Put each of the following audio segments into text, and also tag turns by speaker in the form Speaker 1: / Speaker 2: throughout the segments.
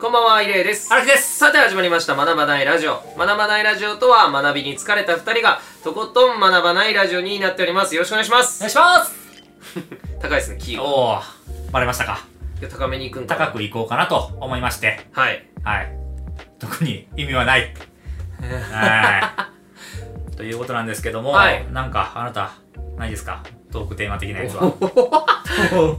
Speaker 1: はイレイです
Speaker 2: 荒木です
Speaker 1: さて始まりました学ばないラジオ学ばないラジオとは学びに疲れた二人がとことん学ばないラジオになっておりますよろしくお願いしま
Speaker 2: お
Speaker 1: す
Speaker 2: 願いします
Speaker 1: 高いですねキーが
Speaker 2: おおバレましたか
Speaker 1: いや高めに行くんかな
Speaker 2: 高くいこうかなと思いまして
Speaker 1: はい
Speaker 2: はい特に意味はないは いということなんですけども、
Speaker 1: はい
Speaker 2: なんかあなたないですかトークテーマ的なやつ
Speaker 1: お
Speaker 2: は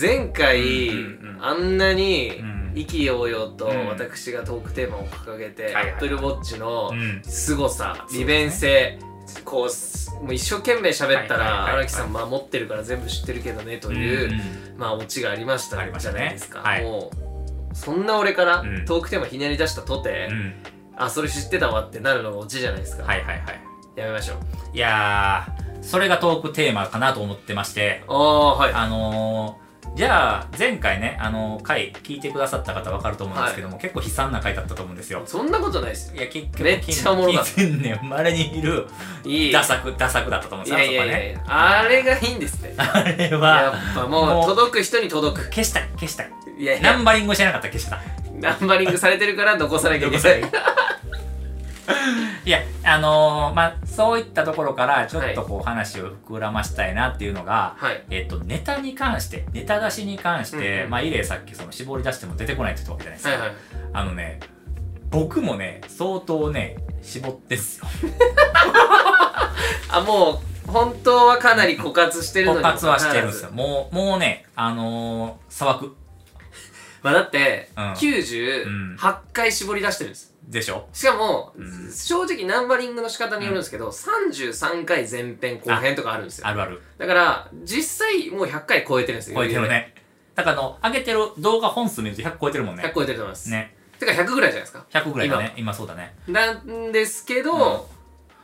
Speaker 1: 前回、
Speaker 2: うんうんうん
Speaker 1: あんなに
Speaker 2: うん
Speaker 1: 意気揚々と
Speaker 2: うん
Speaker 1: 私がトークテーマを掲げて、
Speaker 2: はいはい
Speaker 1: アップルウォッチの
Speaker 2: うん
Speaker 1: 凄さ、
Speaker 2: そうですね
Speaker 1: 利便性こうすもう一生懸命喋った
Speaker 2: はいはいはい
Speaker 1: ら
Speaker 2: はい
Speaker 1: 荒木さんまあ持ってるから全部知ってるけどねという、まあオチがありました
Speaker 2: ありまし
Speaker 1: じゃ
Speaker 2: たね
Speaker 1: ないですか、
Speaker 2: はい
Speaker 1: もうそんな俺から
Speaker 2: うん
Speaker 1: トークテーマひねり出したとて、
Speaker 2: うんうん
Speaker 1: あそれ知ってたわってなるのがオチじゃないですか、
Speaker 2: はいはいはい
Speaker 1: やめましょう
Speaker 2: いやーそれがトークテーマかなと思ってまして
Speaker 1: ああはい
Speaker 2: あのー、じゃあ前回ねあのー回聞いてくださった方わかると思うんですけども、結構悲惨な回だったと思うんですよ
Speaker 1: そんなことないですよ
Speaker 2: いや結局
Speaker 1: めっちゃおもろかった
Speaker 2: 近年まれにいる
Speaker 1: いい
Speaker 2: ダサくダサくだったと思うん
Speaker 1: い
Speaker 2: ですよ
Speaker 1: やいやいやいやあれがいいん ですって
Speaker 2: あそこはねあれ
Speaker 1: や
Speaker 2: は
Speaker 1: っぱもう
Speaker 2: もう
Speaker 1: 届く人に届く
Speaker 2: 消したい消したい
Speaker 1: いやい
Speaker 2: ナ
Speaker 1: や
Speaker 2: ンバリングしてなかったら消した
Speaker 1: ナンバリングされてるから残さなきゃいけない
Speaker 2: 残 いやあのー、まあそういったところからちょっとこう話を膨らましたいなっていうのが、
Speaker 1: はい
Speaker 2: えっと、ネタに関して、ネタ出しに関して、
Speaker 1: うんうん
Speaker 2: まあ、イレイさっきその絞り出しても出てこないって言ったわけじゃないですか。
Speaker 1: はいはい
Speaker 2: あのね、僕もね、相当ね、絞ってんすよ。
Speaker 1: あもう本当はかなり枯渇してるのに
Speaker 2: 枯
Speaker 1: も
Speaker 2: 渇はしてるん
Speaker 1: か
Speaker 2: です
Speaker 1: か
Speaker 2: よ。
Speaker 1: わらず
Speaker 2: もう、もうね、あのー、砂漠
Speaker 1: まあだって、
Speaker 2: うん
Speaker 1: 98回絞り出してるんです
Speaker 2: でしょ
Speaker 1: しかも、
Speaker 2: うん
Speaker 1: 正直ナンバリングの仕方によるんですけど、33回前編後編とかあるんですよ
Speaker 2: あるある。
Speaker 1: だから実際もう100回超えてるんですよ
Speaker 2: 超えてるね。だからあの、上げてる動画本数見ると100超えてるもん
Speaker 1: 100
Speaker 2: ね。
Speaker 1: 超えてると思います、
Speaker 2: ね。
Speaker 1: てか100ぐらいじゃないですか
Speaker 2: 100ぐらいだね。今そうだね。
Speaker 1: なんですけど、
Speaker 2: うん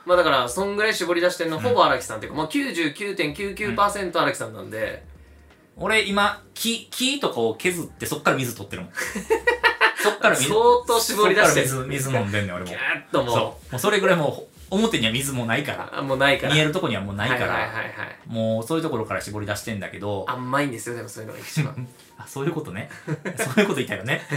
Speaker 1: まあだからそんぐらい絞り出してるの
Speaker 2: ん
Speaker 1: ほぼ荒木さんっていうか、まあ99.99%荒木さんなんで、
Speaker 2: 俺今、木、木とかを削ってそっから水 取ってるもん。そっから水。
Speaker 1: 相当絞り出してる
Speaker 2: そっから水、水飲んでんねん俺も
Speaker 1: ギ。ャーっともう
Speaker 2: そう。もうそれぐらいもう、表には水もないか。
Speaker 1: あもうないからら
Speaker 2: 見えるとこにはもうないか
Speaker 1: はいはい
Speaker 2: ら。
Speaker 1: はいはい
Speaker 2: もうそういうところから絞り出してんだけど、
Speaker 1: 甘いんですよでもそういうのが一番
Speaker 2: あ、そういうことね。 そういうこと言いたいよね。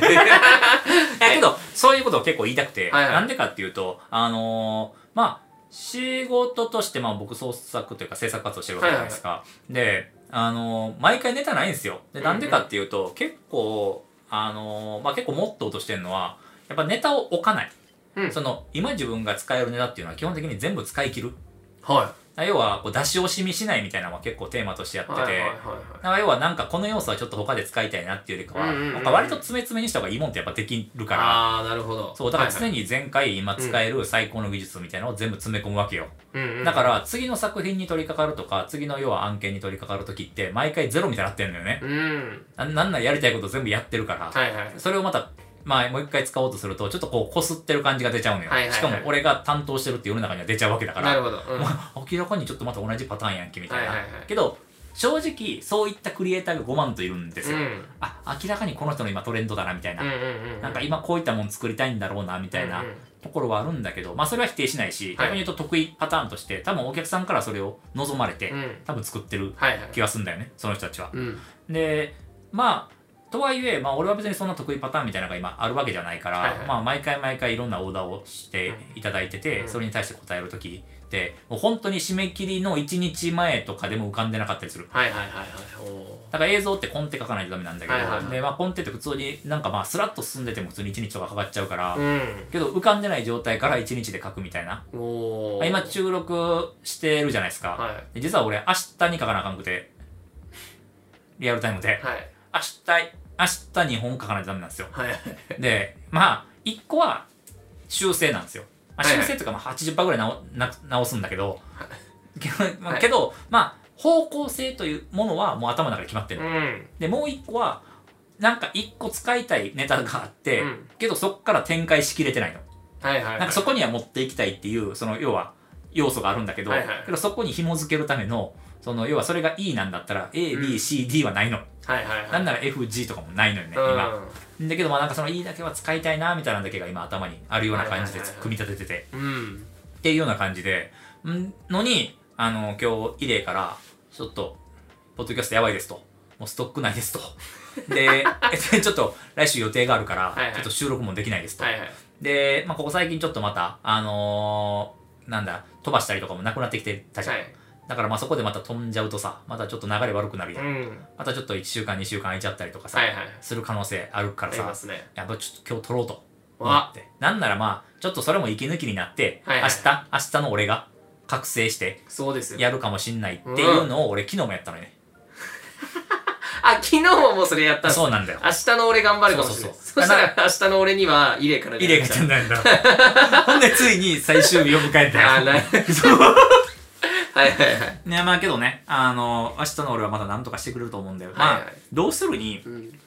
Speaker 2: だけど、そういうことを結構言いたくて、
Speaker 1: はいはい
Speaker 2: なんでかっていうと、あのーまあ、仕事として、まあ僕創作というか制作活動してるわけじゃないですか。で、あのー毎回ネタないんですよ。で、なんでかっていうと、結構、あのーまあ結構モットーとしてるのは、やっぱネタを置かない。
Speaker 1: うん
Speaker 2: その、今自分が使えるネタっていうのは基本的に全部使い切る。
Speaker 1: は
Speaker 2: 要は、こう出し惜しみしないみたいなのは結構テーマとしてやっ
Speaker 1: い
Speaker 2: てて、
Speaker 1: はいはいはい
Speaker 2: だから要はなんかこの要素はちょっと他で使いたいなっていうよりかは、
Speaker 1: うんうんうんうん
Speaker 2: なんか割と詰め詰めにした方がいいもんってやっぱできるから、
Speaker 1: ああーなるほど
Speaker 2: そう、だから
Speaker 1: はい
Speaker 2: 常
Speaker 1: はい
Speaker 2: に前回今使える最高の技術みたいなのを全部詰め込むわけよ。
Speaker 1: うんうん
Speaker 2: だから次の作品に取り掛かるとか、次の要は案件に取り掛かるときって、毎回ゼロみたいになってんのよね。
Speaker 1: うん
Speaker 2: ななんならやりたいこと全部やってるから、
Speaker 1: はいはい
Speaker 2: それをまた、まあもう一回使おうとすると、ちょっとこう擦ってる感じが出ちゃうのよ。
Speaker 1: はいはいはい
Speaker 2: しかも俺が担当してるって世の中には出ちゃうわけだから。
Speaker 1: なるほど、うん、
Speaker 2: まあ明らかにちょっとまた同じパターンやんけみたいな。
Speaker 1: はいはいはい
Speaker 2: けど、正直そういったクリエイターが5万といるんですよ。
Speaker 1: うん
Speaker 2: あ、明らかにこの人の今トレンドだなみたいな。
Speaker 1: うんうんうん
Speaker 2: なんか今こういったもん作りたいんだろうなみたいな
Speaker 1: うんうん
Speaker 2: ところはあるんだけど、まあそれは否定しないし、
Speaker 1: はい
Speaker 2: 逆に言うと得意パターンとして、多分お客さんからそれを望まれて、
Speaker 1: うん
Speaker 2: 多分作ってる
Speaker 1: はいはい
Speaker 2: 気がするんだよね、その人たちは。
Speaker 1: うん
Speaker 2: で、まあ、とはいえ、まあ俺は別にそんな得意パターンみたいなのが今あるわけじゃないから、
Speaker 1: はいはい
Speaker 2: まあ毎回毎回いろんなオーダーをしていただいてて、
Speaker 1: うん
Speaker 2: それに対して答えるときって、もう本当に締め切りの1日前とかでも浮かんでなかったりする。
Speaker 1: はいはいはいはいお
Speaker 2: だから映像ってコンテ書かないとダメなんだけど、
Speaker 1: はいはいはい
Speaker 2: で、まあコンテって普通になんかまあスラッと進んでても普通に1日とかかかっちゃうから、
Speaker 1: ーうん
Speaker 2: けど浮かんでない状態から1日で書くみたいな。
Speaker 1: おー
Speaker 2: 今収録してるじゃないですか。
Speaker 1: は
Speaker 2: で実は俺明日に書かなあかんくて、リアルタイム
Speaker 1: い
Speaker 2: で。
Speaker 1: はい
Speaker 2: 明日、明日2本書かないとダメなんですよ。
Speaker 1: はいはい
Speaker 2: で、まあ、1個は修正なんですよ。まあ、
Speaker 1: はい
Speaker 2: 修
Speaker 1: はい
Speaker 2: 正というかまあ80%ぐらい直な直すんだけど、けどまあ
Speaker 1: はい
Speaker 2: けど、まあ、方向性というものはもう頭の中で決まってる
Speaker 1: う。ん
Speaker 2: で、もう1個は、なんか1個使いたいネタがあって、
Speaker 1: うん
Speaker 2: けどそっから展開しきれてないの。
Speaker 1: はいはいはい
Speaker 2: なんかそこには持っていきたいっていう、その要は要素があるんだけど、
Speaker 1: はいはい
Speaker 2: けどそこに紐付けるための、その要はそれが E なんだったら A、
Speaker 1: うん
Speaker 2: B、C、D はないの。
Speaker 1: はいはいはい
Speaker 2: なんなら F、G とかもないのよね、今。だけどまあなんかその E だけは使いたいな、みたいなのだけが今頭にあるような感じで
Speaker 1: はいはいはいはい
Speaker 2: 組み立ててて、
Speaker 1: うんうん
Speaker 2: っていうような感じで、んのに、あの、今日、イレイから、ちょっと、ポッドキャストやばいですと。もうストック内で すと。で、えちょっと来週予定があるから、
Speaker 1: はいはい
Speaker 2: ちょっと収録もできないですと。
Speaker 1: はいはい
Speaker 2: で、まあ、ここ最近ちょっとまた、あのーなんだ、飛ばしたりとかもなくなってきてたじゃん。
Speaker 1: はい
Speaker 2: だからまあそこでまた飛んじゃうとさ、またちょっと流れ悪くなる
Speaker 1: う
Speaker 2: やん。
Speaker 1: ん
Speaker 2: またちょっと1週間、2週間空いちゃったりとかさ、
Speaker 1: はいはい
Speaker 2: する可能性あるか
Speaker 1: あ
Speaker 2: ら
Speaker 1: り
Speaker 2: さ、
Speaker 1: ますね
Speaker 2: やっぱちょっと今日撮ろうと思
Speaker 1: わ
Speaker 2: って。なんならまあ、ちょっとそれも息抜きになって、
Speaker 1: はいはい
Speaker 2: 明日、明日の俺が覚醒して
Speaker 1: そうですよ
Speaker 2: やるかもしんないっていうのを俺昨日もやったのよね。
Speaker 1: あ昨日ももうそれやったんです
Speaker 2: そうなんだよ。
Speaker 1: 明日の俺頑張るかもしれない
Speaker 2: そうそう
Speaker 1: そ
Speaker 2: そう
Speaker 1: したら明日の俺にはイレから
Speaker 2: 入れがちゃ なんだよ。ほんでついに最終日を迎えたよ。
Speaker 1: あな
Speaker 2: そう
Speaker 1: はいはいはい
Speaker 2: ねまあけどね、あの、明日の俺はまだ何とかしてくれると思うんだよ。
Speaker 1: はい
Speaker 2: ま
Speaker 1: は
Speaker 2: あ
Speaker 1: い、
Speaker 2: どうするに、
Speaker 1: うん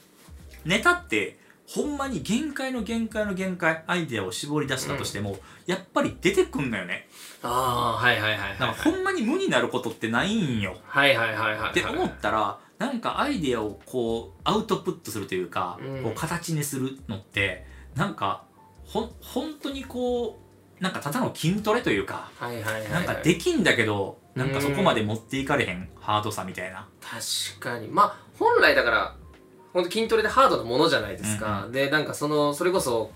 Speaker 2: ネタって、ほんまに限界の限界の限界、アイデアを絞り出したとしても、やっぱり出てくんだよね。
Speaker 1: ああはいはいはい
Speaker 2: なんかほんまに無になることってないんよ。
Speaker 1: はいはいはいはいはい
Speaker 2: って思ったら、なんかアイデアをこう、アウトプットするというか、
Speaker 1: うん
Speaker 2: こう形にするのって、なんか、ほん、本当にこう、なんかただの筋トレというか、
Speaker 1: はいはいはいはい
Speaker 2: なんかできんだけど、なんかそこまで持っていかれへんハードさみたいな。
Speaker 1: 確かにまあ本来だから本当筋トレでハードなものじゃないですか、
Speaker 2: う
Speaker 1: でなんかそのそれこそ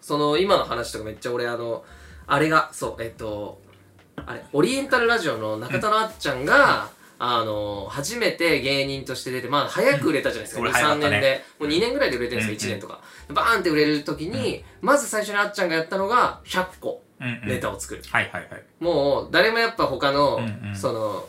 Speaker 1: その今の話とかめっちゃ俺あのあれがそうえっとあれオリエンタルラジオの中田のあっちゃんが、あの初めて芸人として出てまあ早く売れたじゃないですか、
Speaker 2: うん
Speaker 1: 23三
Speaker 2: 俺早かった
Speaker 1: 年
Speaker 2: ね
Speaker 1: でもう2年ぐらいで売れてるんですよ、
Speaker 2: うん
Speaker 1: 1年とかバーンって売れる時に、まず最初にあっちゃんがやったのが100個
Speaker 2: うんうん
Speaker 1: ネタを作る、
Speaker 2: はいはいはい。
Speaker 1: もう誰もやっぱ他の、
Speaker 2: うんうん
Speaker 1: その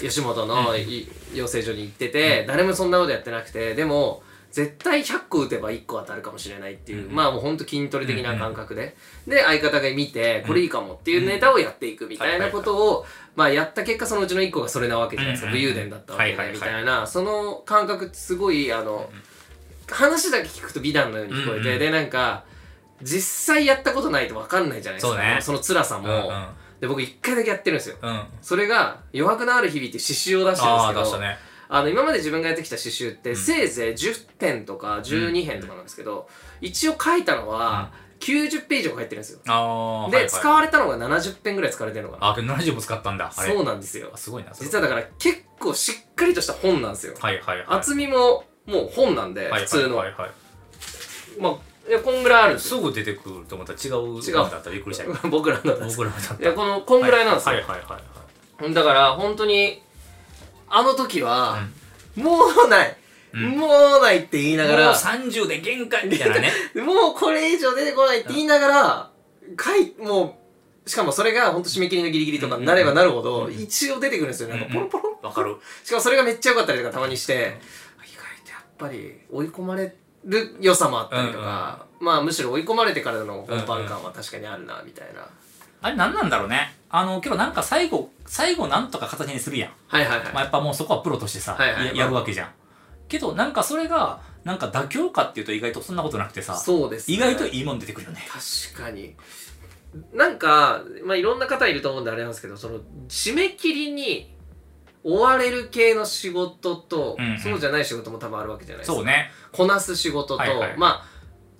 Speaker 1: 吉本の
Speaker 2: うん
Speaker 1: い養成所に行ってて、誰もそんなことやってなくてでも絶対100個打てば1個当たるかもしれないっていう、
Speaker 2: うんうん
Speaker 1: まあもうほんと筋トレ的な感覚で、で相方が見てこれいいかもっていうネタをやっていくみたいなことを、まあやった結果そのうちの1個がそれなわけじゃないですか、
Speaker 2: うんうん
Speaker 1: 武勇伝だったわけ
Speaker 2: はいはい
Speaker 1: で
Speaker 2: はい
Speaker 1: みたいなその感覚ってすごいあの、話だけ聞くと美談のように聞こえて、
Speaker 2: うんうん
Speaker 1: でなんか実際やったことないと分かんないじゃないですか
Speaker 2: そうね
Speaker 1: その辛さも。
Speaker 2: う
Speaker 1: で僕一回だけやってるんですよ
Speaker 2: んうん。うん。
Speaker 1: それが「余白のある日々」っていう詩集を出してるんです
Speaker 2: あ
Speaker 1: けど
Speaker 2: あ、出し
Speaker 1: あ、
Speaker 2: たね。
Speaker 1: の今まで自分がやってきた詩集って、せいぜい10編とか12編とかなんですけど、一応書いたのは90ページを書いてるんですよ、
Speaker 2: ああ。
Speaker 1: で、
Speaker 2: はいはい
Speaker 1: 使われたのが70編ぐらい使われてるのかな
Speaker 2: あ、けど70も使ったんだ。あれ。
Speaker 1: そうなんですよ
Speaker 2: あすごいな。
Speaker 1: 実
Speaker 2: は。
Speaker 1: はだから結構しっかりとした本なんですよ、
Speaker 2: はいはいはい。
Speaker 1: 厚みももう本なんで、
Speaker 2: はいはい
Speaker 1: 普通の、
Speaker 2: はいはい。
Speaker 1: まあいやこんぐらいあるんです
Speaker 2: す
Speaker 1: よ
Speaker 2: ぐ出てくると思ったら違う。
Speaker 1: 違う
Speaker 2: だったらびっく りしたけど。
Speaker 1: 僕らのです
Speaker 2: 僕らもだった。
Speaker 1: いやこのこんぐらいなんですよ、
Speaker 2: はいはいはいはい。
Speaker 1: だから本当にあの時は、もうない、もうないって言いながら
Speaker 2: もう30で限界みたいなね。
Speaker 1: もうこれ以上出てこないって言いながら、かいもうしかもそれが本当締め切りのギリギリとかになればなるほど、一応出てくるんですよなんかポロポロ、
Speaker 2: わかる。
Speaker 1: しかもそれがめっちゃ良かったりとかたまにして、意外とやっぱり追い込まれる良さもあったりとか、まあむしろ追い込まれてからの本番感は確かにあるなみたいな、
Speaker 2: あれ何なんだろうね。あの、けどなんか最後、最後なんとか形にするやん。
Speaker 1: はいはいはい、
Speaker 2: まあやっぱもうそこはプロとしてさ、
Speaker 1: はいはい
Speaker 2: ややるわけじゃん。けどなんかそれが、なんか妥協かっていうと意外とそんなことなくてさ、
Speaker 1: そうですね
Speaker 2: 意外といいもん出てくるよね。
Speaker 1: 確かになんか、まあ、いろんな方いると思うんであれなんですけどその締め切りに追われる系の仕事と、
Speaker 2: うんうん
Speaker 1: そうじゃない仕事も多分あるわけじゃないですか
Speaker 2: そうね。
Speaker 1: こなす仕事と、
Speaker 2: はいはい
Speaker 1: まあ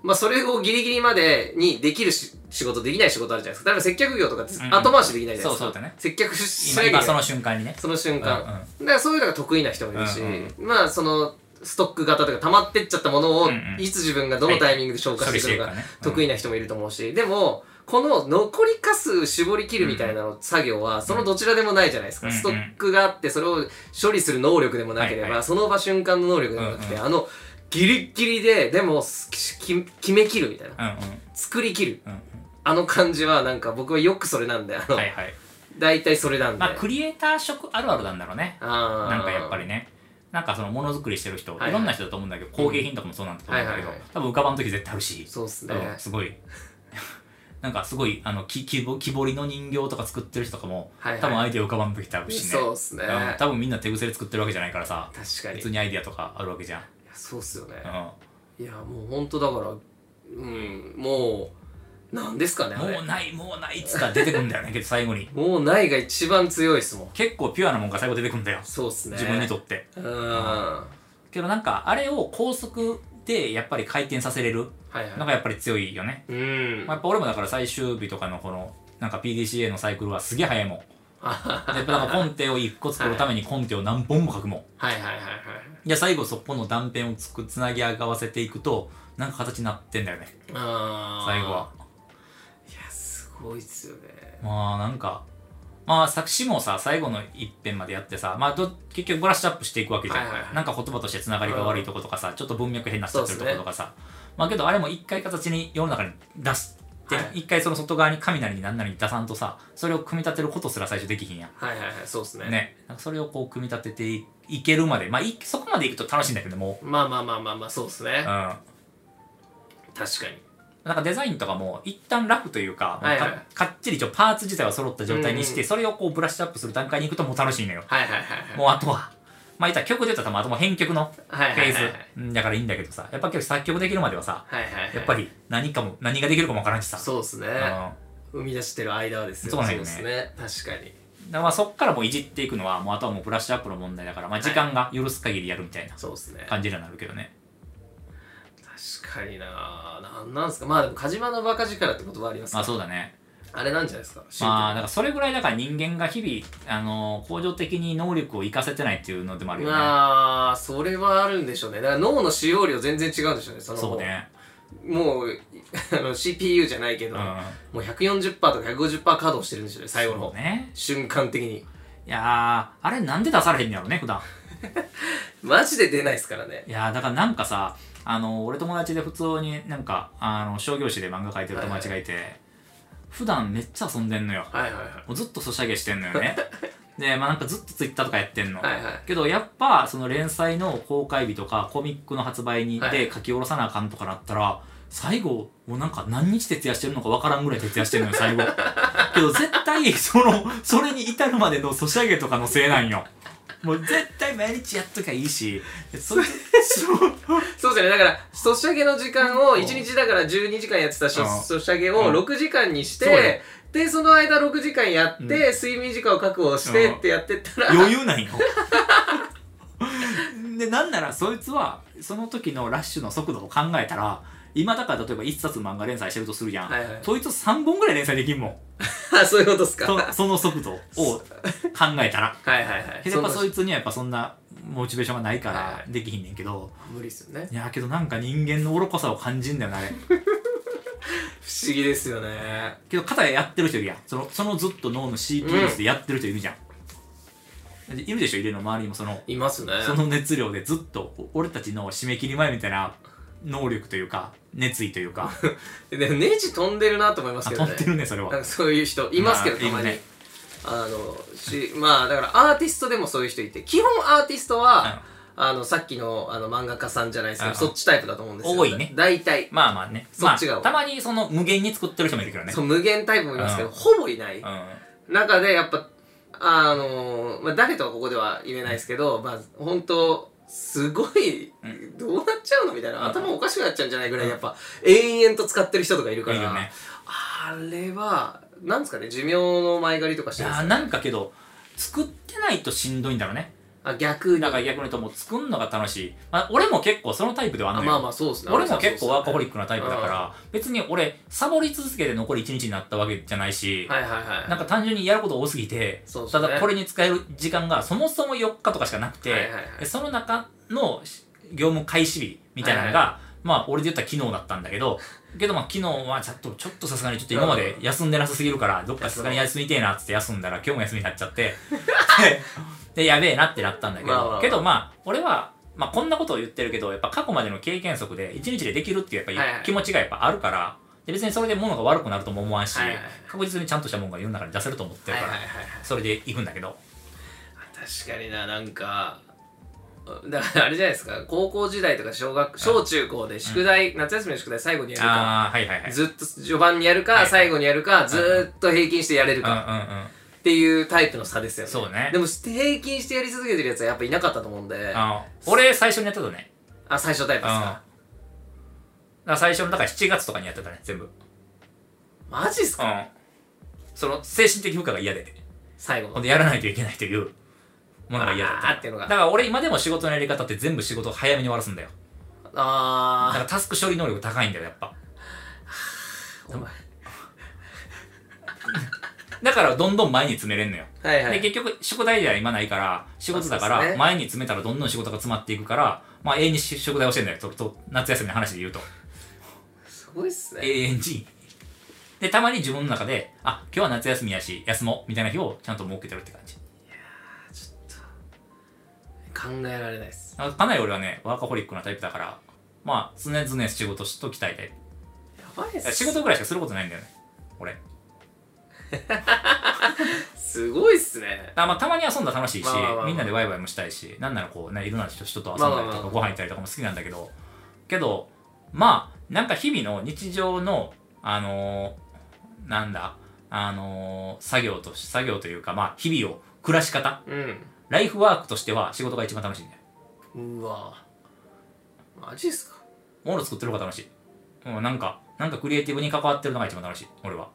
Speaker 1: まあそれをギリギリまでにできるし仕事できない仕事あるじゃないですか例えば接客業とかって
Speaker 2: うんうん
Speaker 1: 後回しできないじゃないですか、
Speaker 2: そうそうだね
Speaker 1: 接客しな
Speaker 2: 今
Speaker 1: い
Speaker 2: 今
Speaker 1: で
Speaker 2: その瞬間にね。
Speaker 1: その瞬
Speaker 2: うん
Speaker 1: 間、だからそういうのが得意な人もいるし、
Speaker 2: うん
Speaker 1: まあそのストック型とか溜まってっちゃったものを、
Speaker 2: うんうん
Speaker 1: いつ自分がどのタイミングで消化していくのか
Speaker 2: はい処理していくかねうん
Speaker 1: 得意な人もいると思うし、でもこの残りかす絞り切るみたいなの作業はそのどちらでもないじゃないですか、
Speaker 2: うん
Speaker 1: ストックがあってそれを処理する能力でもなければ、
Speaker 2: はいはい
Speaker 1: その場瞬間の能力でもなくて、
Speaker 2: うん
Speaker 1: あのギリッギリででもすき決め切るみたいな
Speaker 2: うんうん
Speaker 1: 作り切る
Speaker 2: うんうん
Speaker 1: あの感じはなんか僕はよくそれなんであの、
Speaker 2: はいはい。
Speaker 1: 大体それなんで、
Speaker 2: まあクリエイター職あるあるなんだろうね。
Speaker 1: あー
Speaker 2: なんかやっぱりね。なんかそのものづくりしてる人、
Speaker 1: はいはい
Speaker 2: いろんな人だと思うんだけど、工芸品とかもそうなんだと思うんだけど、
Speaker 1: はいはいは
Speaker 2: 多分浮かばん時絶対あるし、
Speaker 1: そうっすね、
Speaker 2: うんすごい。 なんかすごい、あの、木、木彫木彫りの人形とか作ってる人とかも、
Speaker 1: はいはい
Speaker 2: 多分アイデア浮かばん時ってあるしね。
Speaker 1: そうっすね
Speaker 2: ん多分みんな手癖で作ってるわけじゃないからさ、
Speaker 1: 確かに
Speaker 2: 普通にアイデアとかあるわけじゃん。
Speaker 1: いやそうっすよね、
Speaker 2: う
Speaker 1: いやもうほんとだからうんもうなんですかねあ
Speaker 2: ん。
Speaker 1: れ
Speaker 2: もうない、もうないっつったら出てくんだよね、けど最後に。
Speaker 1: もうないが一番強いっすもん
Speaker 2: 結構ピュアなもんが最後出てくんだよ。
Speaker 1: そうっすね
Speaker 2: 自分にと
Speaker 1: って
Speaker 2: って。
Speaker 1: うんは
Speaker 2: けどなんか、あれを高速でやっぱり回転させれる
Speaker 1: いはい
Speaker 2: のがやっぱり強いよね。
Speaker 1: うん
Speaker 2: まあ、やっぱ俺もだから最終日とかのこの、なんか PDCA のサイクルはすげえ早いもん。
Speaker 1: は
Speaker 2: でだからコンテを一個作るためにコンテを何本も書くもん。
Speaker 1: いはいはいはい
Speaker 2: で最後そこの断片をつくつなぎ合わせていくとなんか形になってんだよね
Speaker 1: あー
Speaker 2: 最後はい
Speaker 1: やすごいっすよね
Speaker 2: まあなんかまあ作詞もさ最後の一編までやってさまあど結局ブラッシュアップしていくわけじゃん、
Speaker 1: はいはいはい
Speaker 2: なんか言葉としてつながりが悪いとことかさ、ちょっと文脈変になっちゃってる
Speaker 1: そう
Speaker 2: とこ
Speaker 1: ですね
Speaker 2: とかさ、まあけどあれも一回形に世の中に出して、
Speaker 1: はい
Speaker 2: 一回その外側に雷に何なりに出さんとさそれを組み立てることすら最初できひんやん
Speaker 1: はいはいはいそうっすね
Speaker 2: ねなんかそれをこう組み立てていいけるまでまあいそこまでいくと楽しいんだけども
Speaker 1: まあまあまあまあまあそうっす
Speaker 2: う、う
Speaker 1: ね
Speaker 2: ん、
Speaker 1: 確かに
Speaker 2: なんかデザインとかも一旦ラフというか、
Speaker 1: はいはい
Speaker 2: もうかかっちり一応パーツ自体は揃った状態にし
Speaker 1: う
Speaker 2: て、
Speaker 1: んう
Speaker 2: それをこうブラッシュアップする段階に行くともう楽しいのよ。
Speaker 1: はいはいはい
Speaker 2: もうあとは、まあ言ったら曲で言ったら多分あともう編曲の
Speaker 1: はい
Speaker 2: フ
Speaker 1: はいは
Speaker 2: ェ
Speaker 1: い
Speaker 2: ーズ、うんだからいいんだけどさ、やっぱ今日作曲できるまではさ、
Speaker 1: はいはいはい
Speaker 2: やっぱ
Speaker 1: り
Speaker 2: り何かも、何ができるかもわからんしさ。
Speaker 1: そうっすね
Speaker 2: うんだか
Speaker 1: 生み出してる間はですよ
Speaker 2: そうなんよね
Speaker 1: っすね確かに
Speaker 2: らまあそっからもういじっていくのは、もうあとはもうブラッシュアップの問題だから、まあ時間が許す限りやるみたいな
Speaker 1: そうっすね
Speaker 2: 感じにはなるけどね。
Speaker 1: 確かにななんなんすかまあでも「カジマのバカ力」って言葉あります
Speaker 2: まあ
Speaker 1: か
Speaker 2: そうだね。
Speaker 1: あれなんじゃないですかシンプルに
Speaker 2: まあだからそれぐらいだから人間が日々、あの、向上的に能力を活かせてないっていうのでもあるよね。
Speaker 1: まあそれはあるんでしょうねだから脳の使用量全然違うんでしょうねその
Speaker 2: そうね。
Speaker 1: もうあの CPU じゃないけ
Speaker 2: う
Speaker 1: ど、
Speaker 2: ん。
Speaker 1: もう140%とか150%稼働してるんでしょうね最後の
Speaker 2: そう
Speaker 1: 方、
Speaker 2: ね。
Speaker 1: 瞬間的に
Speaker 2: いやー、あれなんで出されへんのやろね、普段。
Speaker 1: マジで出ないですからね
Speaker 2: いやー、だからなんかさ、あの、俺友達で普通になんか、あの、商業誌で漫画描いてる友達がいて、普段めっちゃ遊んでんのよ。
Speaker 1: はいはいはい
Speaker 2: もうずっとソシャゲしてんのよね。で、まあなんかずっとツイッターとかやってんの。
Speaker 1: はいはい
Speaker 2: けどやっぱその連載の公開日とかコミックの発売に
Speaker 1: はい
Speaker 2: で書き下ろさなあかんとかなったら最後もうなんか何日徹夜してるのかわからんぐらい徹夜してるのよ 最後けど絶対そのそれに至るまでのソシャゲとかのせいなんよもう絶対毎日やっときゃいいしそれそう
Speaker 1: そうですよねだからソシャゲの時間を1日だから12時間やってたしょ
Speaker 2: うん
Speaker 1: ソシャゲ
Speaker 2: う
Speaker 1: を
Speaker 2: ん
Speaker 1: 6時間にし
Speaker 2: そうよ
Speaker 1: てでその間6時間やって、
Speaker 2: うん
Speaker 1: 睡眠時間を確保してってやってったら、
Speaker 2: 余裕なんよでなんならそいつはその時のラッシュの速度を考えたら今だから例えば1冊漫画連載してるとするやん、
Speaker 1: はいはい
Speaker 2: そいつ3本ぐらい連載できんもん
Speaker 1: あそういうことっすかはい
Speaker 2: そその速度を考え たら
Speaker 1: はいはい
Speaker 2: けどやっぱそ
Speaker 1: んない
Speaker 2: つにはやっぱそんなモチベーションがないか
Speaker 1: はいは
Speaker 2: らできひんねんけど
Speaker 1: 無理っすよね
Speaker 2: いやけどなんか人間の愚かさを感じんだよなあれ
Speaker 1: 不思議ですよね
Speaker 2: けど肩やってる人いるやんそのそのずっと脳の CPU でやってる人いるじゃん、いるでしょいるの周りにもその
Speaker 1: いますね
Speaker 2: その熱量でずっとお俺たちの締め切り前みたいな能力というか熱意というか
Speaker 1: でもネジ飛んでるなと思います
Speaker 2: あ
Speaker 1: けど
Speaker 2: 飛
Speaker 1: ね
Speaker 2: んでるねそれ
Speaker 1: なん
Speaker 2: は
Speaker 1: かそういう人いますけど
Speaker 2: まあ
Speaker 1: たまに、
Speaker 2: いるね
Speaker 1: あのしまあだからアーティストでもそういう人いて基本アーティストは、あのさっきのあの漫画家さんじゃないですけど、
Speaker 2: うん
Speaker 1: そっちタイプだと思うんですよ
Speaker 2: 多いね
Speaker 1: 大体、
Speaker 2: まあまあね
Speaker 1: そっちが
Speaker 2: まあ、たまにその無限に作ってる人もいるけどね
Speaker 1: そう無限タイプもいますけど、
Speaker 2: うん
Speaker 1: ほぼいない、
Speaker 2: うん
Speaker 1: 中でやっぱあのまあ、誰とはここでは言えないですけど、まあ本当すごい、
Speaker 2: うん
Speaker 1: どうなっちゃうのみたいな、
Speaker 2: うん
Speaker 1: 頭おかしくなっちゃうんじゃないぐらいやっぱ、延々と使ってる人とかいるから
Speaker 2: いるよね
Speaker 1: あれはなんですかね寿命の前借りとかし
Speaker 2: い
Speaker 1: てるんで
Speaker 2: や
Speaker 1: す
Speaker 2: ー
Speaker 1: か
Speaker 2: なんかけど作ってないとしんどいんだろうね
Speaker 1: あ逆に
Speaker 2: だから逆に言うともう作るのが楽しい、まあ、俺も結構そのタイプではあん
Speaker 1: あ
Speaker 2: の
Speaker 1: まあ
Speaker 2: よ
Speaker 1: まあそうですね
Speaker 2: 俺も結構ワーカホリックなタイプだか
Speaker 1: は
Speaker 2: ら別に俺サボり続けて残り1日になったわけじゃないし
Speaker 1: いはいはい
Speaker 2: なんか単純にやること多すぎて
Speaker 1: そうです
Speaker 2: た
Speaker 1: ね
Speaker 2: だこれに使える時間がそもそも4日とかしかなくて
Speaker 1: はいはいはい
Speaker 2: でその中の業務開始日みたいなのが、
Speaker 1: は
Speaker 2: まあ俺で言ったら昨日だったんだけどけどまあ昨日はちょっとちょっとさすがにちょっと今まで休んでなさすぎるからどっかさすがに休みてえなっつって休んだら今日も休みになっちゃってででやべえなってなったんだけど、
Speaker 1: まあまあまあ
Speaker 2: けどまあ俺はまあこんなことを言ってるけどやっぱ過去までの経験則で1日でできるっていうやっぱ
Speaker 1: はいはい
Speaker 2: り気持ちがやっぱあるから、で別にそれで物が悪くなるとも思わんし、
Speaker 1: はいはい
Speaker 2: 確実にちゃんとしたものが世の中に出せると思ってる
Speaker 1: はい
Speaker 2: か
Speaker 1: はい
Speaker 2: ら、
Speaker 1: はいはい
Speaker 2: それで行くんだけど
Speaker 1: 確かにななんかだからあれじゃないですか高校時代とか小学小中高で宿題、夏休みの宿題最後にやるか
Speaker 2: ああはいはいはい
Speaker 1: ずっと序盤にやるか、
Speaker 2: はい
Speaker 1: 最後にやるかずーっと平均してやれる
Speaker 2: うんうん
Speaker 1: か
Speaker 2: うん
Speaker 1: っていうタイプの差ですよね
Speaker 2: そうね
Speaker 1: でも平均してやり続けてるやつはやっぱいなかったと思うんであ
Speaker 2: あの俺最初にやってたね
Speaker 1: 最初タイプ
Speaker 2: うん
Speaker 1: ですか
Speaker 2: だか、ら最初のだから7月とかにやってたね全部うん
Speaker 1: マジっすか、
Speaker 2: その精神的負荷が嫌で
Speaker 1: 最後の
Speaker 2: ほんでやらないといけないというものが嫌だった
Speaker 1: あーっていうのが
Speaker 2: だから俺今でも仕事のやり方って全部仕事を早めに終わらすんだよだか
Speaker 1: あ
Speaker 2: らタスク処理能力 高いんだよやっぱ
Speaker 1: あお前
Speaker 2: だからどんどん前に詰めれんのよ。
Speaker 1: はいは
Speaker 2: で、
Speaker 1: い。
Speaker 2: 結局、宿題じゃ今ないから、仕事だか
Speaker 1: まあそうです
Speaker 2: ら、
Speaker 1: ね
Speaker 2: 前に詰めたらどんどん仕事が詰まっていくから、まあ永遠にし宿題をしてんだよ。と、と、夏休みの話で言うと。
Speaker 1: すごいっすね。
Speaker 2: 永遠に。で、たまに自分の中で、あ、今日は夏休みやし、休もう、みたいな日をちゃんと設けてるって感じ。
Speaker 1: 考えられないっす。
Speaker 2: あかなり俺はね、ワーカホリックなタイプだから、まあ、常々仕事しときたいタイプ
Speaker 1: やばいっ
Speaker 2: いや。
Speaker 1: す。
Speaker 2: 仕事ぐらいしかすることないんだよね。俺。
Speaker 1: すごいっすね。
Speaker 2: あまあ、たまに遊んだら楽しいし、
Speaker 1: まあまあまあまあ
Speaker 2: みんなでワイワイもしたいし、なんならこう、ね、いろんな人人と遊んだり
Speaker 1: まあまあ
Speaker 2: と
Speaker 1: ま
Speaker 2: か、
Speaker 1: あ
Speaker 2: ご飯行ったりとかも好きなんだけど、けど、まあ、なんか日々の日常の、あのーなんだ、あのー作業とし、作業というか、まあ、日々を、暮らし方、
Speaker 1: う
Speaker 2: ライフワークとしては仕事が一番楽しいんだよ。
Speaker 1: ん。うわマジっすか
Speaker 2: もの作ってる方が楽しい。うん、なんか、なんかクリエイティブに関わってるのが一番楽しい、俺は。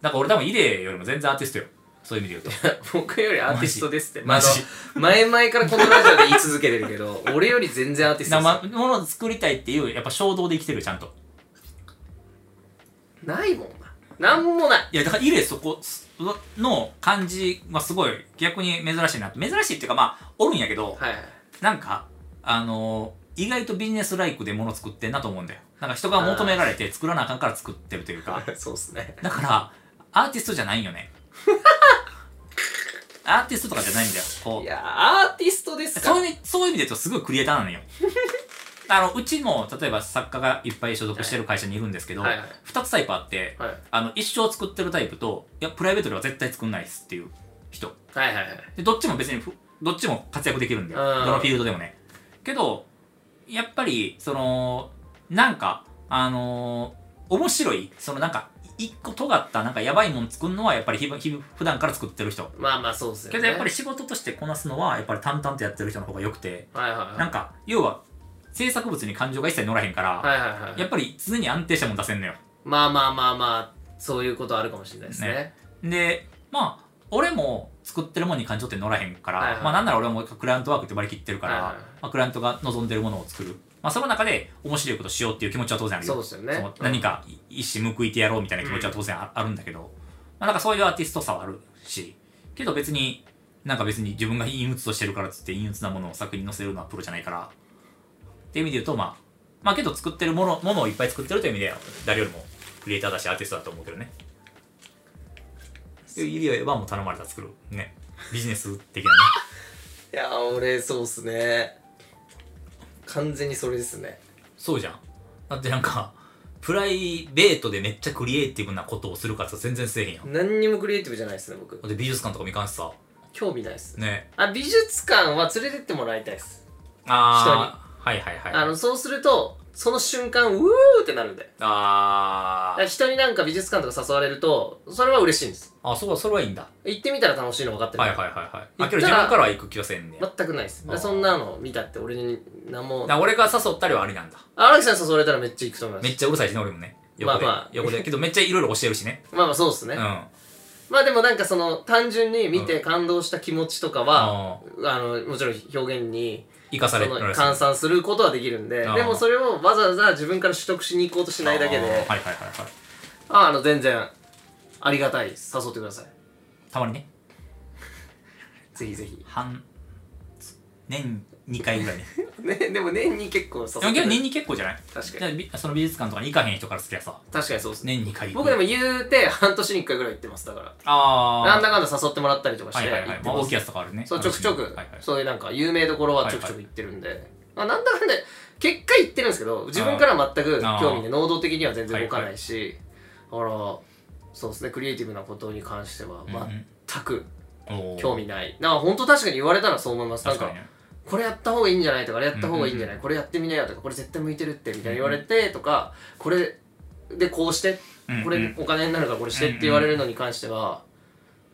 Speaker 2: だから俺多分、イデーよりも全然アーティストよ。そういう意味で言うと。
Speaker 1: 僕よりアーティストですって。
Speaker 2: マジ
Speaker 1: まああの前々からこのラジオで言い続けてるけど、 俺より全然アーティスト
Speaker 2: な
Speaker 1: です。
Speaker 2: ま、もの作りたいっていう、やっぱ衝動で生きてるよ、ちゃんと。
Speaker 1: ないもんな。なんもない。
Speaker 2: いや、だから、イレそこの感じはすごい逆に珍しいなって。珍しいっていうか、まあ、おるんやけど、
Speaker 1: はいはい。
Speaker 2: なんか、あのー意外とビジネスライクで物作ってんなと思うんだよ。なんか人が求められて作らなあかんから作ってるというか。
Speaker 1: そうっすね。
Speaker 2: だから、アーティストじゃない よね。アーティストとかじゃないんだよ。こ
Speaker 1: いうや、アーティストですか
Speaker 2: そういう意味、そういう意味で言うとすごいクリエイター なのよ。あの、うちも、例えば作家がいっぱい所属してる会社にいるんですけど、二、
Speaker 1: はいはい
Speaker 2: つタイプあって、
Speaker 1: はい
Speaker 2: あの、一生作ってるタイプと、いや、プライベートでは絶対作んないですっていう人。
Speaker 1: はいはいはい。
Speaker 2: で、どっちも別にふ、どっちも活躍できるんだ
Speaker 1: う
Speaker 2: よ。
Speaker 1: ん
Speaker 2: どのフィールドでもね。けど、やっぱり、その、なんか、あのー面白い、そのなんか、一個尖った、なんかやばいもん作るのは、やっぱり日々日々普段から作ってる人。
Speaker 1: まあまあそうっすよね。
Speaker 2: けどやっぱり仕事としてこなすのは、やっぱり淡々とやってる人の方が良くて、
Speaker 1: はいはいはい。
Speaker 2: なんか、要は、制作物に感情が一切乗らへんから、
Speaker 1: はいはいはい。
Speaker 2: やっぱり常に安定したもん出せんのよ。
Speaker 1: まあまあまあまあ、そういうことあるかもしれないですね。
Speaker 2: ねで、まあ、俺も作ってるもんに感情って乗らへんから、
Speaker 1: はいはい
Speaker 2: まあなんなら俺もクライアントワークって割り切ってるから、
Speaker 1: はいはい
Speaker 2: まあ、クライアントが望んでるものを作る。まあその中で面白いことしようっていう気持ちは当然あるよ。
Speaker 1: そうですよね
Speaker 2: の何か一矢報いてやろうみたいな気持ちは当然ああるんだけど、まあなんかそういうアーティストさはあるし、けど別に、なんか別に自分が陰鬱としてるからっつって陰鬱なものを作品に載せるのはプロじゃないから、っていう意味で言うと、まあ、まあけど作ってるものものをいっぱい作ってるという意味では誰よりもクリエイターだしアーティストだと思うけどね。で指輪はもう頼まれたら作る。ね。ビジネス的なね。
Speaker 1: いやー、俺、そうっすね。完全にそれですね。
Speaker 2: そうじゃん。だってなんか、プライベートでめっちゃクリエイティブなことをするかって全然せえへんやん。だ
Speaker 1: 何にもクリエイティブじゃないですね、僕。
Speaker 2: って美術館とかも行かんしさ。
Speaker 1: 興味ないっす。
Speaker 2: ね。
Speaker 1: あ、美術館は連れてってもらいたいっす。
Speaker 2: あー。はいはいはい。
Speaker 1: あの、そうすると、その瞬間、うーってなるんで。
Speaker 2: あ
Speaker 1: だから
Speaker 2: ー。
Speaker 1: 人になんか美術館とか誘われると、それは嬉しいんです。
Speaker 2: あ、そう、それはいいんだ。
Speaker 1: 行ってみたら楽しいの分かってる。
Speaker 2: はいはいはいはい。
Speaker 1: 行った
Speaker 2: あ、
Speaker 1: ら
Speaker 2: けど自分からは行く気はせんね。だか
Speaker 1: 全くないっす。だから
Speaker 2: あー
Speaker 1: そんなの見たって俺に何も。
Speaker 2: ら俺が誘ったりはありなんだ。
Speaker 1: 荒木さん誘われたらめっちゃ行くと思いま
Speaker 2: めっ
Speaker 1: す。
Speaker 2: ちゃうるさいしね、俺もね。横で。
Speaker 1: まあまあ
Speaker 2: 横で。けどめっちゃいろいろ教えるしね。
Speaker 1: まあまあそうっす ね。
Speaker 2: うん。あ
Speaker 1: まあでもなんかその単純に見て感動した気持ちとかは、
Speaker 2: あー。
Speaker 1: あのもちろん表現に
Speaker 2: 生か
Speaker 1: そ
Speaker 2: される
Speaker 1: の
Speaker 2: らしい
Speaker 1: 換算することはできるんで
Speaker 2: あー
Speaker 1: でもそれをわざわざ自分から取得しに行こうとしないだけで
Speaker 2: あーはい
Speaker 1: あ
Speaker 2: はいはいはい。
Speaker 1: あの全然ありがたいです誘ってください
Speaker 2: たまにね。
Speaker 1: ぜひぜひ、
Speaker 2: 半、年2回ぐらいね。
Speaker 1: ね、でも年に結構誘っ
Speaker 2: で
Speaker 1: て
Speaker 2: もけ
Speaker 1: く
Speaker 2: ど
Speaker 1: れ
Speaker 2: 年
Speaker 1: る
Speaker 2: に結構じゃない
Speaker 1: 確かに
Speaker 2: じゃあびその美術館とかに行かへん人から好きやさ
Speaker 1: 確かにそうですね
Speaker 2: 年2回
Speaker 1: 僕でも言うて半年に1回ぐらい行ってますだから
Speaker 2: ああ
Speaker 1: なんだかんだ誘ってもらったりとかし
Speaker 2: は
Speaker 1: て
Speaker 2: い
Speaker 1: 行
Speaker 2: は
Speaker 1: っ
Speaker 2: いはい、
Speaker 1: て
Speaker 2: まあ、
Speaker 1: ま
Speaker 2: 大
Speaker 1: す
Speaker 2: きいやつとかあるね
Speaker 1: そう、ちょくちょく
Speaker 2: はいはい、
Speaker 1: そういうなんか、有名どころはちょくちょく行ってるんで、まあ、なんだかんだ、結果行ってるんですけど、自分からは全く興味で、能動的には全然動かないし、だから、そうですね、クリエイティブなことに関しては、
Speaker 2: うん
Speaker 1: 全く
Speaker 2: おー
Speaker 1: 興味ない。なんか、本当確かに言われたらそう思います。なん
Speaker 2: 確か
Speaker 1: か
Speaker 2: に、ね
Speaker 1: これやった方がいいんじゃないとか、あれやった方がいいんじゃな
Speaker 2: う
Speaker 1: いこれやってみなよとか、これ絶対向いてるって、みたいな言われて、とか、これでこうして
Speaker 2: うん、
Speaker 1: こ
Speaker 2: う
Speaker 1: れ
Speaker 2: ん
Speaker 1: お金になるからこれしてって言われるのに関しては、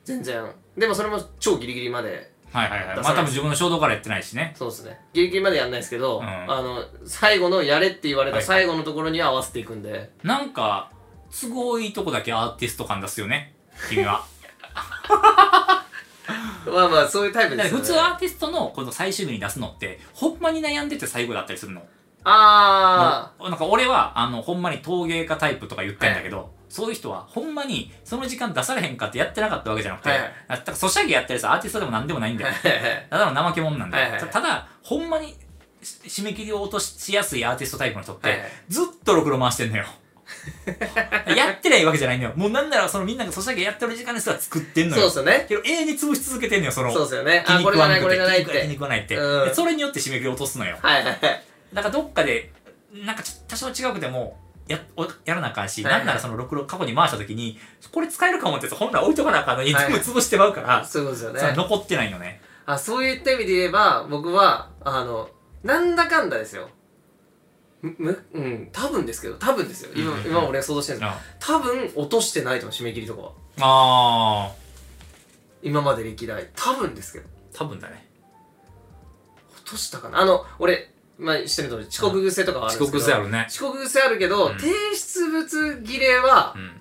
Speaker 1: 全然、でもそれも超ギリギリまで、
Speaker 2: はいはいはい
Speaker 1: 出さない
Speaker 2: まあ多分自分の衝動からやってないしね
Speaker 1: そうですね。ギリギリまでやんないですけど、
Speaker 2: うん
Speaker 1: あの、最後のやれって言われた
Speaker 2: はい
Speaker 1: 最後のところに合わせていくんで、
Speaker 2: なんか都合いいとこだけアーティスト感出すよね君は
Speaker 1: まあまあ、 そういうタイプ
Speaker 2: だ
Speaker 1: で
Speaker 2: から
Speaker 1: すよね。
Speaker 2: 普通アーティストのこの最終日に出すのってほんまに悩んでて最後だったりするの
Speaker 1: あ
Speaker 2: なんか俺はあのほんまに陶芸家タイプとか言ってんだけど、そういう人はほんまにその時間出されへんかってやってなかったわけじゃなくて、
Speaker 1: はいはい
Speaker 2: だからソシャゲやったりさアーティストでも何でもないんだよ
Speaker 1: い
Speaker 2: ただの怠け者なんだよ、
Speaker 1: はいはいはい
Speaker 2: ただほんまにし締め切りを落としやすいアーティストタイプの人って、
Speaker 1: はいはい
Speaker 2: ずっとろくろ回してん のよやってりゃいいわけじゃないんだよもうなんならそのみんながソシャゲやってる時間ですら作ってん の
Speaker 1: そう
Speaker 2: よ
Speaker 1: ですよね
Speaker 2: けど永遠に潰し続けてんのよその
Speaker 1: そうですよね
Speaker 2: 気
Speaker 1: あ
Speaker 2: に
Speaker 1: これ
Speaker 2: 食
Speaker 1: が
Speaker 2: わ
Speaker 1: な
Speaker 2: ないく
Speaker 1: これ
Speaker 2: て
Speaker 1: がないっ
Speaker 2: 気に
Speaker 1: て
Speaker 2: 食わないって、
Speaker 1: うん
Speaker 2: でそれによって締め切りを落とすのよ
Speaker 1: はいはいはい
Speaker 2: だからどっかでなんかちょ多少違うくてもやおやらなあかんし、
Speaker 1: はいはい
Speaker 2: なんならそのろくろ過去に回した時にこれ使えるかもってやつ本来置いとかなあかんのに、
Speaker 1: はい
Speaker 2: 全部潰してまうから、
Speaker 1: そういうことですよね
Speaker 2: その残ってないよね
Speaker 1: あそういった意味で言えば僕はあのなんだかんだですよむむうん多分ですけど多分ですよ今,、
Speaker 2: うんうんうん
Speaker 1: 今俺が想像してるんです
Speaker 2: あ
Speaker 1: けど多分落としてないと思う締め切りとかは
Speaker 2: あ
Speaker 1: 今まで歴代多分ですけど
Speaker 2: ー多分だね
Speaker 1: 落としたかなあの俺まあしてる通り遅刻癖とかはあるん
Speaker 2: 遅
Speaker 1: ですけ
Speaker 2: 刻
Speaker 1: ど
Speaker 2: せやろね
Speaker 1: 遅刻癖あるけど、
Speaker 2: うん
Speaker 1: 提出物切れは
Speaker 2: う、ん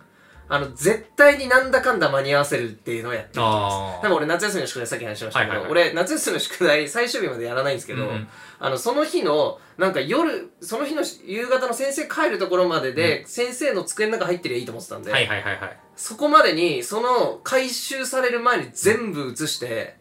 Speaker 1: あの絶対になんだかんだ間に合わせるっていうのをやってる
Speaker 2: あ
Speaker 1: でも俺夏休みの宿題さっき話しましたけど、
Speaker 2: はいはいはい
Speaker 1: 俺夏休みの宿題最終日までやらないんですけど、
Speaker 2: うんうん
Speaker 1: あのその日のなんか夜その日の夕方の先生帰るところまでで、先生の机の中入ってりゃいいと思ってたんで、
Speaker 2: はいはいはいはい
Speaker 1: そこまでにその回収される前に全部移して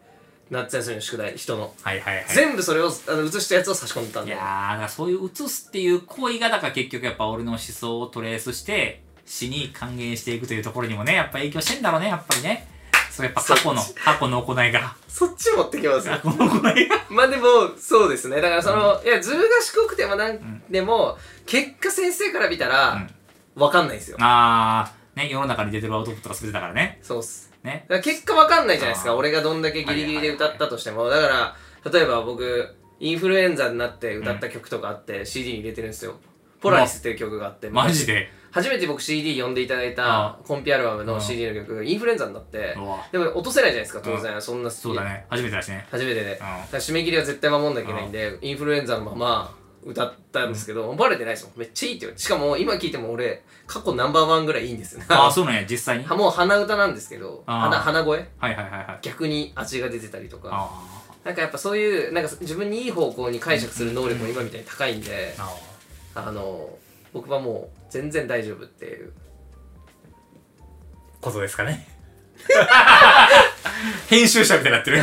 Speaker 1: 夏休みの宿題人の、
Speaker 2: はいはいはい
Speaker 1: 全部それをあの移したやつを差し込んでたん
Speaker 2: い
Speaker 1: で
Speaker 2: やーだからそういう移すっていう行為がだから結局やっぱ俺の思想をトレースして死に還元していくというところにもねやっぱ影響してんだろうねやっぱりねそうやっぱ過去の過去の行いが
Speaker 1: そっち持ってきます よ
Speaker 2: 過去の行いが
Speaker 1: まあでもそうですねだからその、いやずる賢くてもなん
Speaker 2: ん
Speaker 1: でも、結果先生から見たら、わかんないですよ
Speaker 2: あーね世の中に出てるアウトプットが全てだからね
Speaker 1: そうっす
Speaker 2: ね
Speaker 1: だから結果わかんないじゃないです
Speaker 2: あ
Speaker 1: か
Speaker 2: ー
Speaker 1: 俺がどんだけギリギリで歌ったとしても、だから例えば僕インフルエンザになって歌った曲とかあって、CD に入れてるんですよポラリスっていう曲があって
Speaker 2: マジで
Speaker 1: 初めて僕 CD 呼んでいただいた
Speaker 2: あ
Speaker 1: コンピアルバム
Speaker 2: う
Speaker 1: の
Speaker 2: ん
Speaker 1: CD の曲インフルエンザになって
Speaker 2: うわ
Speaker 1: でも落とせないじゃないですか当然そんな
Speaker 2: そうだね初めてだしね
Speaker 1: 初めてで、だ
Speaker 2: うん
Speaker 1: から締め切りは絶対守んなきゃいけないんで、インフルエンザのまま歌ったんですけど、バレてないですもんめっちゃいいって言われてしかも今聞いても俺過去ナンバーワンぐらいいいんですよね
Speaker 2: ああそうなんや実際に は
Speaker 1: もう鼻歌なんですけど
Speaker 2: あー
Speaker 1: 鼻鼻声
Speaker 2: いはいはいはい
Speaker 1: 逆に味が出てたりとか
Speaker 2: あー
Speaker 1: なんかやっぱそういうなんか自分にいい方向に解釈する能力も今みたいに高いんで、
Speaker 2: あ
Speaker 1: あの僕はもう全然大丈夫っていう
Speaker 2: ーことですかね 編集者みたいになってる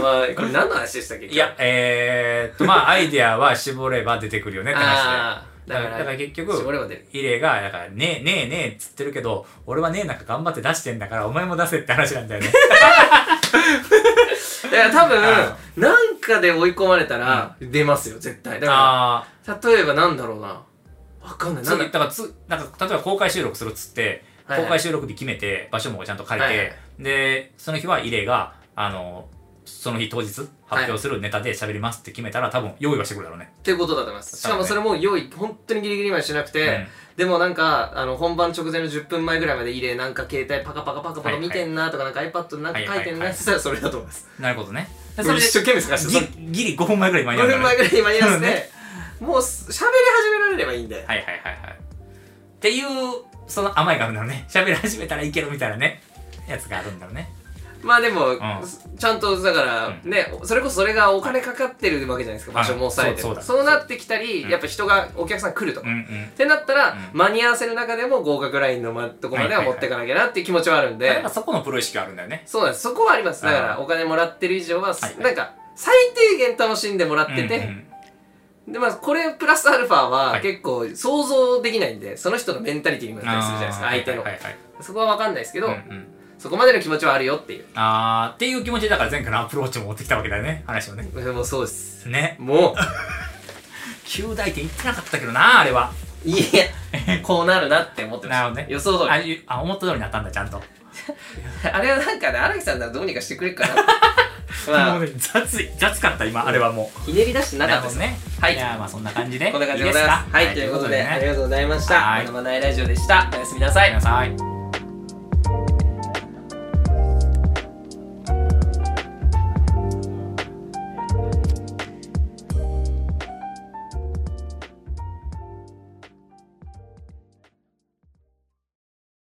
Speaker 1: まあこれ何の話でしたっけ
Speaker 2: いや、えー、っと、まあ、アイデアは絞れば出てくるよねって話
Speaker 1: ああ
Speaker 2: で。だから、だから結
Speaker 1: 絞れ
Speaker 2: 局、
Speaker 1: ば出る
Speaker 2: イレが、だから、ねえ、ねえ、ねえっつってるけど、俺はねえなんか頑張って出してんだから、お前も出せって話なんだよ ね。
Speaker 1: だから多
Speaker 2: あ
Speaker 1: 分なんかで追い込まれたら出ますよ絶対だか
Speaker 2: ああ、
Speaker 1: ら例えばなんだろうなわかんない
Speaker 2: そ
Speaker 1: な
Speaker 2: うん
Speaker 1: だ
Speaker 2: だからつ、なんか、例えば公開収録するっつって、
Speaker 1: はいはい
Speaker 2: 公開収録日決めて、場所もちゃんと借りて、
Speaker 1: はいは
Speaker 2: で、その日はイレが、あの、その日当日発表するネタで喋りますって決めたら、多分用意はしてくるだろうね。
Speaker 1: っていうことだと思いますしかもそれも用意本当にギリギリまでしなくて、でもなんかあの本番直前の10分前ぐらいまで入れなんか携帯パカパカパカパカ見てんなとか、なんか iPad なんか書いてんなって言ったらそれだと思います、
Speaker 2: うん。なるほどね。で
Speaker 1: もう一生懸命探して
Speaker 2: ぎギリ5分前ぐらいに間に合
Speaker 1: 5
Speaker 2: うから
Speaker 1: 分
Speaker 2: ね
Speaker 1: 前ぐらいに間に合わ せて、
Speaker 2: そう
Speaker 1: もう喋り始められればいいんで、
Speaker 2: はいはいはいはい。っていう、その甘いがあるんだろうね。 喋り始めたらいけるみたいなね、やつがあるんだろうね。
Speaker 1: まあでも、
Speaker 2: ん
Speaker 1: ちゃんとだから、
Speaker 2: うん
Speaker 1: ねそれこそそれがお金かかってるわけじゃないですか場所も抑えて
Speaker 2: はいそうそう
Speaker 1: そ
Speaker 2: だ
Speaker 1: うなってきたり、
Speaker 2: うん
Speaker 1: やっぱ人がお客さん来るとか、
Speaker 2: うんう
Speaker 1: っ
Speaker 2: ん。
Speaker 1: てなったら、
Speaker 2: うん
Speaker 1: 間に合わせる中でも合格ラインのまとこまでは持っていかなきゃなっていう気持ちはあるんで、
Speaker 2: なんかそこのプロ意識があるんだよね。
Speaker 1: そうなんです。そこはあります。だか
Speaker 2: あ
Speaker 1: ら、
Speaker 2: ー
Speaker 1: お金もらってる以上は、
Speaker 2: はいはい
Speaker 1: なんか、最低限楽しんでもらってて、
Speaker 2: うんうん
Speaker 1: で、まあ、これプラスアルファ
Speaker 2: は
Speaker 1: はい結構想像できないんで、その人のメンタリティにもなったりするじゃないですか、
Speaker 2: あー
Speaker 1: 相手の。
Speaker 2: はいはいはい
Speaker 1: そこはわかんないですけど、
Speaker 2: うんうん
Speaker 1: そこまでの気持ちはあるよっていう。
Speaker 2: あーっていう気持ちでだから前回のアプローチも持ってきたわけだよね話をね
Speaker 1: もうそうです。
Speaker 2: ね
Speaker 1: も
Speaker 2: 旧大点行ってなかったけどなあれは
Speaker 1: う、いや、こうなるなって思ってまし
Speaker 2: な
Speaker 1: た。
Speaker 2: るほどね
Speaker 1: 予想通り。
Speaker 2: あいうあ思った通りになったんだちゃんと、
Speaker 1: あれはなんかね、荒木さんならどうにかしてくれっか な。ま
Speaker 2: も
Speaker 1: あ、
Speaker 2: うね雑い雑かった今あれはも
Speaker 1: ひねり出して
Speaker 2: う
Speaker 1: なかったです
Speaker 2: ほどね
Speaker 1: はい
Speaker 2: じゃあまあそんな感じで
Speaker 1: こんな感じで
Speaker 2: い
Speaker 1: ご
Speaker 2: いで
Speaker 1: ざいま
Speaker 2: すか
Speaker 1: す。はい、ということで、あり
Speaker 2: ね
Speaker 1: がとうございました。
Speaker 2: はい
Speaker 1: 学ばないラジオでした。おやすみなさ
Speaker 2: ご
Speaker 1: い
Speaker 2: めんな。さい